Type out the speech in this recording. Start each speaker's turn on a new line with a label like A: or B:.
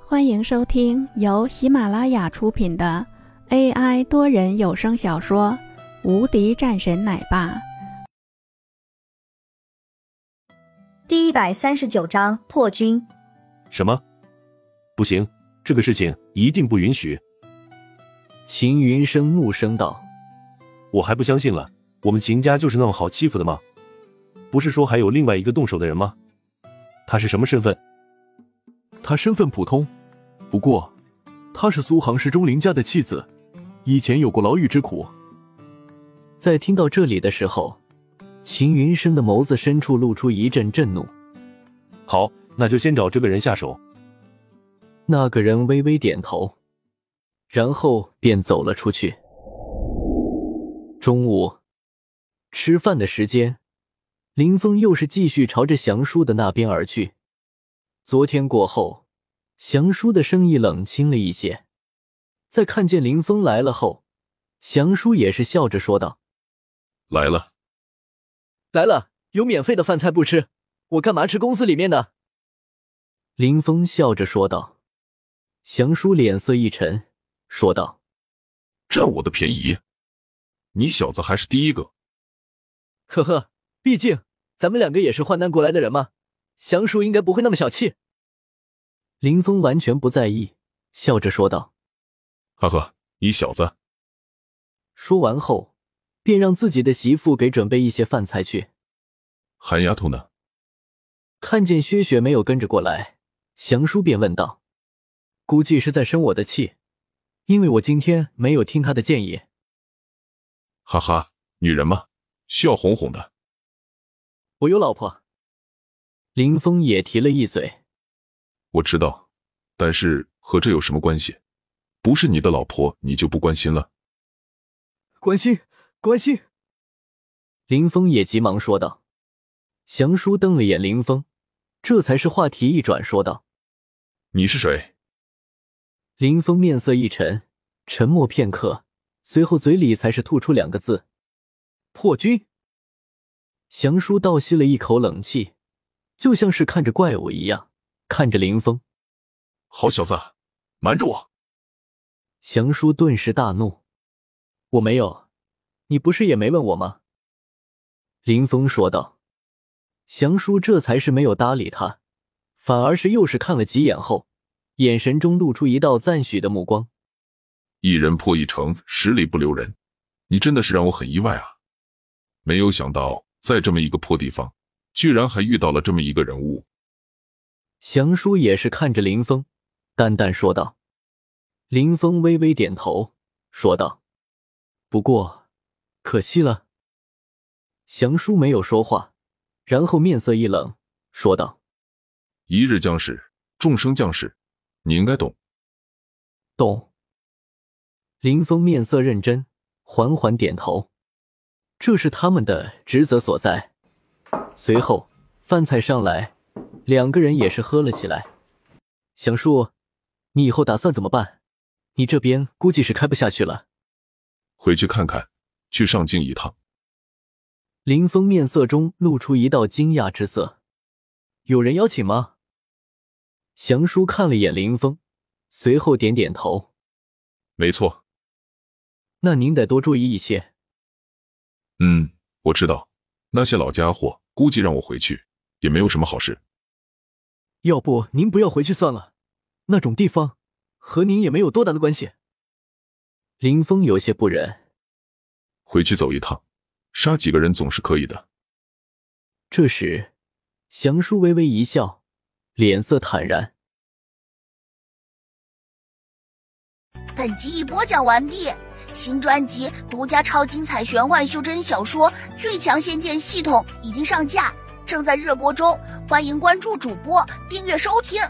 A: 欢迎收听由喜马拉雅出品的 AI 多人有声小说《无敌战神奶爸》
B: 第一百三十九章破军。
C: 什么？不行，这个事情一定不允许！
D: 秦云生怒声道
C: 我还不相信了，我们秦家就是那么好欺负的吗？不是说还有另外一个动手的人吗？他是什么身份？
E: 她身份普通，不过她是苏杭市钟灵家的妻子，以前有过牢狱之苦。：“
D: 在听到这里的时候，秦云生的眸子深处露出一阵震怒。
C: 好，那就先找这个人下手。
D: 那个人微微点头，然后便走了出去。中午吃饭的时间，林峰又是继续朝着祥叔的那边而去。昨天过后，祥叔的生意冷清了一些。在看见林峰来了后，祥叔也是笑着说道
E: 来了，：“
D: 来了，有免费的饭菜不吃，我干嘛吃公司里面的？”林峰笑着说道。祥叔脸色一沉，说道。
E: 占我的便宜！你小子还是第一个。
D: 呵呵，毕竟咱们两个也是患难过来的人嘛，祥叔应该不会那么小气。林峰完全不在意，笑着说道。
E: 哈哈，你小子，
D: 说完后，便让自己的媳妇给准备一些饭菜去。
E: 韩丫头呢？
D: 看见薛雪没有跟着过来，祥叔便问道：“估计是在生我的气，因为我今天没有听他的建议。
E: 哈哈，女人嘛，需要哄哄的。
D: 我有老婆。”林峰也提了一嘴。
E: 我知道，但是和这有什么关系？不是你的老婆，你就不关心了？
D: 关心关心。林峰也急忙说道。祥叔瞪了眼林峰，这才是话题一转，说道
E: 你是谁？：“
D: 林峰面色一沉，沉默片刻，随后嘴里才是吐出两个字：破军。”祥叔倒吸了一口冷气，就像是看着怪物一样看着林峰。
E: 好小子，瞒着我！
D: 祥叔顿时大怒：“我没有，你不是也没问我吗？”林峰说道。祥叔这才是没有搭理他，反而是又是看了几眼后，眼神中露出一道赞许的目光。
E: 一人破一城，十里不留人。你真的是让我很意外啊！没有想到，在这么一个破地方，居然还遇到了这么一个人物。
D: 祥叔也是看着林峰，淡淡说道。林峰微微点头，说道：“不过，可惜了。”祥叔没有说话，然后面色一冷，说道。
E: 一日将士，众生将士，你应该懂。
D: 懂。林峰面色认真，缓缓点头，这是他们的职责所在。随后饭菜上来，两个人也是喝了起来。小树，你以后打算怎么办？你这边估计是开不下去了。
E: 回去看看，去上京一趟。
D: 林峰面色中露出一道惊讶之色。有人邀请吗？祥叔看了眼林峰，随后点点头。
E: 没错，
D: 那您得多注意一些。
E: 嗯，我知道。那些老家伙估计让我回去，也没有什么好事。
D: 要不您不要回去算了，那种地方和您也没有多大的关系。林峰有些不忍，
E: 回去走一趟，杀几个人总是可以的。
D: 这时祥叔微微一笑，脸色坦然。
F: 本集已播讲完毕，新专辑独家超精彩玄幻修真小说《最强仙剑系统》已经上架，正在热播中，欢迎关注主播，订阅收听。